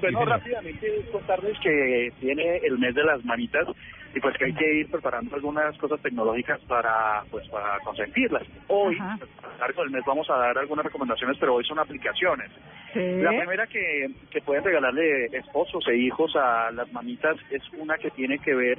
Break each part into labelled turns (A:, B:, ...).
A: Bueno, Pues rápidamente contarles que tiene el mes de las manitas y pues que hay que ir preparando algunas cosas tecnológicas para pues para consentirlas. Hoy,
B: Ajá.
A: a lo largo del mes, vamos a dar algunas recomendaciones, pero hoy son aplicaciones.
B: Sí.
A: La primera que, que pueden regalarle esposos e hijos a las mamitas es una que tiene que ver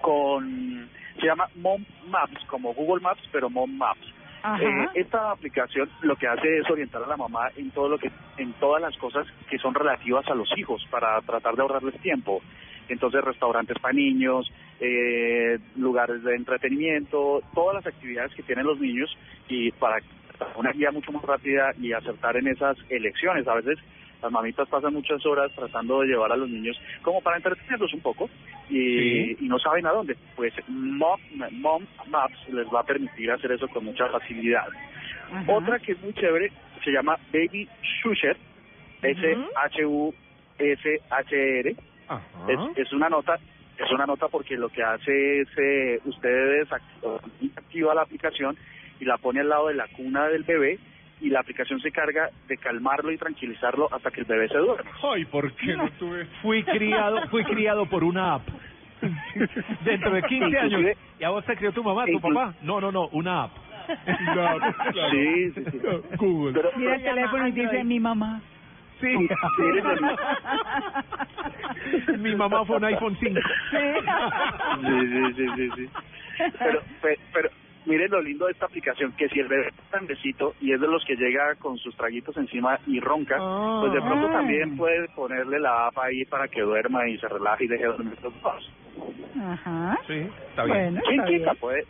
A: con, se llama Mom Maps, como Google Maps, pero Mom Maps.
B: Ajá.
A: Eh, esta aplicación lo que hace es orientar a la mamá en todo lo que, en todas las cosas que son relativas a los hijos para tratar de ahorrarles tiempo. Entonces, restaurantes para niños, eh, lugares de entretenimiento, todas las actividades que tienen los niños y para una guía mucho más rápida y acertar en esas elecciones. A veces las mamitas pasan muchas horas tratando de llevar a los niños como para entretenerlos un poco y, y no saben a dónde. Pues Mom, Mom Maps les va a permitir hacer eso con mucha facilidad.
B: Ajá.
A: Otra que es muy chévere se llama Baby Shusher, S-H-U-S-H-R.
C: Ah.
D: Ajá.
A: E Es, es una nota, es una nota porque lo que hace es eh, ustedes act- activa la aplicación y la pone al lado de la cuna del bebé y la aplicación se carga de calmarlo y tranquilizarlo hasta que el bebé se duerme.
D: Ay, ¿por qué no tuve?
C: Fui criado, fui criado por una app. Dentro de 15 años.
A: Inclusive-
C: ¿Y a vos te crió tu mamá, tu
A: Inclu-
C: papá? No, no, no, una app.
D: Claro, claro.
A: Sí, sí, sí.
D: Google.
A: Pero,
B: Mira el teléfono y dice mi mamá.
C: Sí.
A: eres
C: Mi mamá fue un iPhone 5.
A: Sí, sí, sí, sí, sí. Pero, pe- pero miren lo lindo de esta aplicación, que si el bebé es grandecito y es de los que llega con sus traguitos encima y ronca,
D: Ah.
A: pues de pronto
B: Ah.
A: también puede ponerle la app ahí para que duerma y se relaje y deje de dormir los dos.
B: Ajá.
D: Sí, está bien.
B: Bueno,
A: ¿Quién
B: está
A: quita?
B: bien.
A: Puede,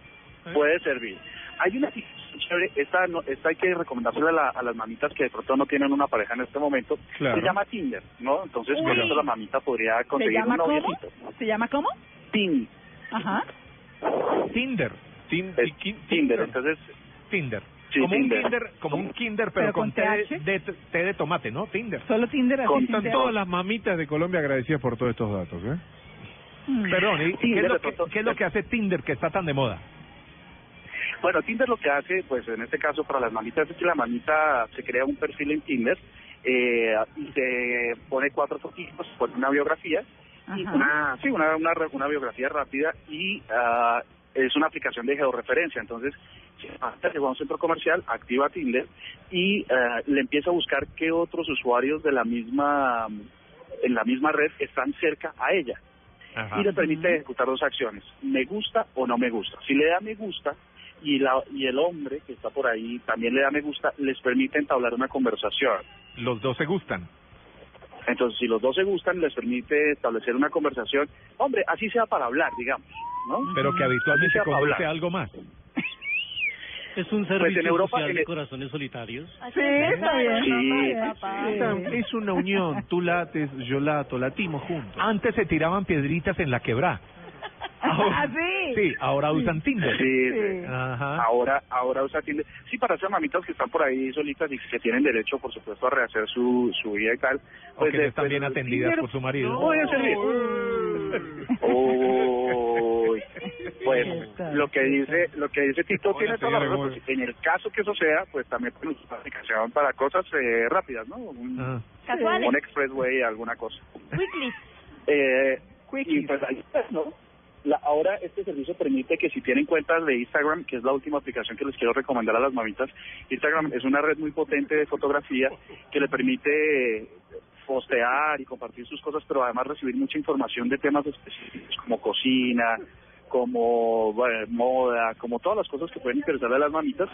A: puede servir. Hay una aplicación chévere, esta, no- esta hay que recomendársela a, la- a las mamitas que de pronto no tienen una pareja en este momento.
D: Claro.
A: Se llama Tinder, ¿no? Entonces, por
B: Uy.
A: eso la mamita podría
B: ¿Se
A: conseguir un
B: llama cómo?
A: noviecito.
B: ¿Se llama cómo?
A: Tin-
B: Ajá.
C: Tinder.
D: Tin-
A: Pues- es
D: y kin-
A: Tinder, entonces
C: Tinder.
A: Sí,
C: como
A: Tinder.
C: un Kinder, como un Kinder, pero,
B: Pero
C: con,
B: con
C: té, de,
B: TH.
C: de- té de tomate, ¿no? Tinder.
B: Solo Tinder así.
A: Con
B: sin
D: Están
B: ser-
D: todas las mamitas de Colombia agradecidas por todos estos datos, ¿eh?
B: Mm.
C: Perdón, ¿y qué,
A: Tinder,
C: es lo
A: de
C: que,
A: pronto-
C: qué es lo que hace Tinder que está tan de moda?
A: Bueno, Tinder lo que hace, pues en este caso para las mamitas, es que la mamita se crea un perfil en Tinder eh, y se pone cuatro fotitos, pone una biografía, y
B: Ajá.
A: una, sí, una, una, una biografía rápida y ah, es una aplicación de georreferencia. Entonces, si la mamita llegó a un centro comercial, activa Tinder y ah, le empieza a buscar qué otros usuarios de la misma en la misma red están cerca a ella y le permite ejecutar dos acciones, me gusta o no me gusta. Si le da me gusta y, la, y el hombre que está por ahí también le da me gusta, les permite entablar una conversación.
C: Los dos se gustan.
A: Entonces, si los dos se gustan, les permite establecer una conversación, hombre, así sea para hablar, digamos, ¿no?
C: Pero que habitualmente
A: Alicia
C: conduce
A: Paula.
C: algo más.
E: Es un
A: Pues
E: servicio
A: en Europa
E: social
A: tiene-
E: de corazones solitarios.
B: Sí, está bien.
A: Sí, sí,
B: papá. Sí.
D: Es una unión, tú lates, yo lato, latimos juntos.
C: Antes se tiraban piedritas en la quebrá. Ahora-
B: ¿Ah, sí?
C: Sí, ahora usan Tinder.
A: Sí, Ah,
B: Sí.
A: sí.
C: Ajá.
A: Ahora, ahora usa Tinder. Sí, para esas mamitas que están por ahí solitas y que tienen derecho, por supuesto, a rehacer su, su vida y tal.
C: O que no
A: eh,
C: están bien
A: pues,
C: atendidas
A: Tinder
C: por su marido.
A: no puede servir. Uy. Bueno, lo que dice, lo que dice Tito
D: Hola,
A: tiene toda la
D: señora,
A: razón.
D: ¿cómo
A: pues, en el caso que eso sea, pues también tenemos una aplicación para cosas eh, rápidas, ¿no? Un,
C: Ah.
F: Casuales.
A: un expressway, alguna cosa.
F: Weekly.
A: Eh,
B: Quickies.
A: y pues ahí está, ¿no? La- ahora este servicio permite que si tienen cuentas de Instagram, que es la última aplicación que les quiero recomendar a las mamitas, Instagram es una red muy potente de fotografía que le permite eh, postear y compartir sus cosas, pero además recibir mucha información de temas específicos como cocina, como bueno, moda, como todas las cosas que pueden interesarle a las mamitas.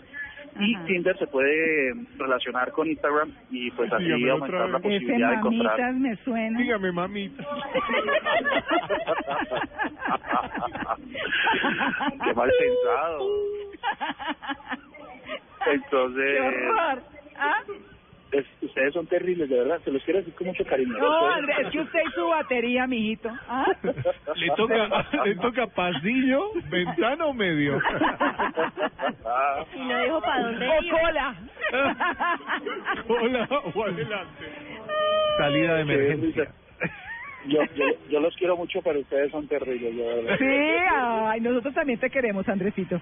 A: Y
B: Ajá.
A: Tinder se puede eh, relacionar con Instagram y pues así
D: Dígamelo otra
A: aumentar la
D: vez.
B: Ese
A: posibilidad de encontrar
B: mamitas me suena.
D: Dígame, mamita.
A: Qué mal pensado. Entonces,
B: ¡Qué horror! ¿Ah?
A: es- ustedes son terribles, de verdad. Se los quiero decir con mucho cariño.
B: No, Andrés, es que usted y su batería, mijito. ¿Ah?
D: Le toca, le toca pasillo, ventana o medio.
F: Y no dijo para dónde
B: ¡O
F: iba.
B: cola!
D: Hola, o adelante.
C: Salida de
A: Qué
C: emergencia.
A: risa. yo, yo, yo los quiero mucho, pero ustedes son terribles, de verdad.
B: Sí, ay, nosotros también te queremos, Andresito.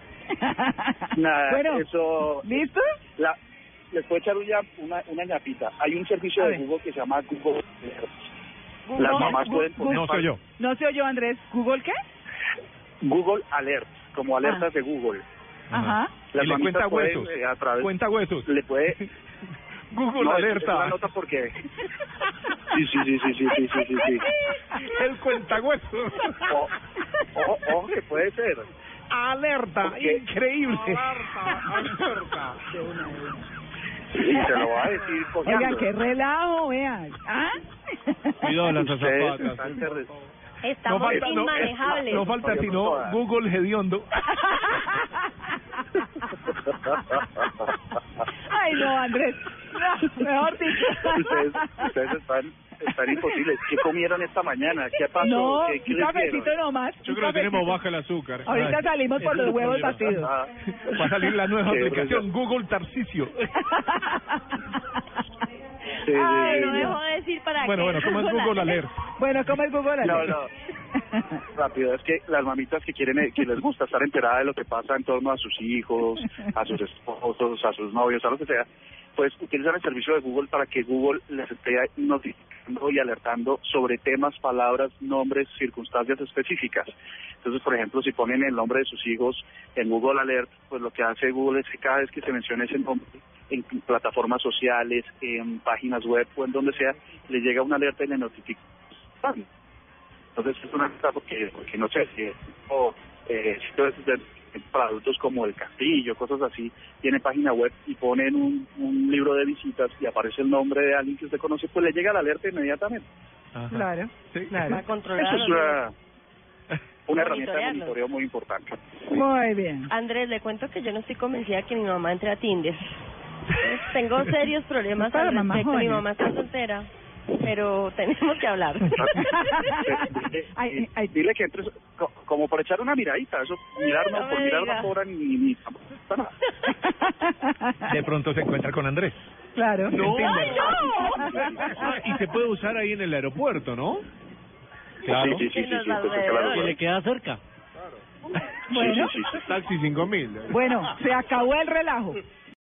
A: Nada,
B: ah, bueno,
A: eso.
B: ¿listos?
A: La, les puedo echar una, una, una ñapita. Hay un servicio
B: A
A: de
B: ver.
A: Google que se llama Google Alert. Las mamás pueden poner
C: No se
A: pa-
C: oyó.
B: No se oyó, Andrés. ¿Google qué?
A: Google Alert,
B: Ah.
A: como alertas de Google.
B: Ajá.
A: Las
C: Y le
A: mamitas
C: cuenta
A: pueden,
C: huesos.
A: eh, a través-
C: Cuenta huesos.
A: Le puede...
C: Google
A: no, es- es
C: alerta.
A: una nota porque... Sí, sí, sí, sí, sí, sí, sí, sí, sí.
C: El cuentahuesos.
A: O- Ojo, ojo, que puede ser.
C: Alerta,
A: Ok.
C: increíble.
A: Y se lo va a decir cogiendo.
B: Oigan, qué relajo, vean. ¿Ah?
C: Cuidado las
A: Ustedes
C: azafatas.
A: están terri-
F: Estamos
C: no, eh,
F: inmanejables.
C: no falta sino Google hediondo.
B: Ay, no, Andrés. No, mejor dicho.
A: Ustedes, ustedes están, están imposibles. ¿Qué comieron esta mañana? ¿Qué pasó?
B: No,
A: ¿Qué, qué
B: un
A: les
B: cafecito
A: dieron?
B: nomás.
D: Yo
B: un
D: creo que tenemos
B: cafecito.
D: baja el azúcar.
B: Ahorita
D: Ay.
B: salimos por los huevos batidos.
A: Ah,
C: Va a salir la nueva
A: qué rollo.
C: aplicación Google Tarcicio.
A: Sí, sí,
F: Ay,
A: sí,
F: no
A: sí.
F: dejó de decir para
C: Bueno,
F: qué.
C: bueno, ¿cómo es Google Alert?
B: Bueno, ¿cómo es Google?
A: No,
B: Alex?
A: no. Rápido, es que las mamitas que quieren, eh, que les gusta estar enteradas de lo que pasa en torno a sus hijos, a sus esposos, a sus novios, a lo que sea, pues utilizan el servicio de Google para que Google les esté notificando y alertando sobre temas, palabras, nombres, circunstancias específicas. Entonces, por ejemplo, si ponen el nombre de sus hijos en Google Alert, pues lo que hace Google es que cada vez que se menciona ese nombre en plataformas sociales, en páginas web o en donde sea, le llega una alerta y le notifica. Entonces es una cosa porque, porque no sé si es- o eh, sitios de- para adultos como el castillo, cosas así, tiene página web y ponen un, un libro de visitas y aparece el nombre de alguien que usted conoce, pues le llega la alerta inmediatamente.
B: Claro, claro.
F: Para controlar.
A: Eso es una, una herramienta de
F: Monitorearlo.
A: monitoreo muy importante.
B: Muy bien.
F: Andrés, le cuento que yo no estoy convencida que mi mamá entre a Tinder. Tengo serios problemas
B: Para
F: al
B: mamás
F: respecto. Mi
B: jóvenes.
F: mamá está soltera, pero tenemos que hablar.
B: Ay, ay.
A: Eh, Dile que entres co- como por echar una miradita, eso mirar no,
F: No
A: por
F: me
A: mirar
F: diga.
A: no cobran ni, ni tampoco cuesta nada.
C: De pronto se encuentra con Andrés.
B: Claro.
D: No.
B: ¡Ay,
D: Ah, y se
B: no!
D: puede usar ahí en el aeropuerto, ¿no?
E: Claro.
A: Sí, sí, sí, sí,
F: En los
A: sí, esto está claro.
E: Y le queda cerca.
A: Sí,
B: Bueno,
A: sí, sí, sí.
D: Taxi 5000.
B: bueno, se acabó el relajo.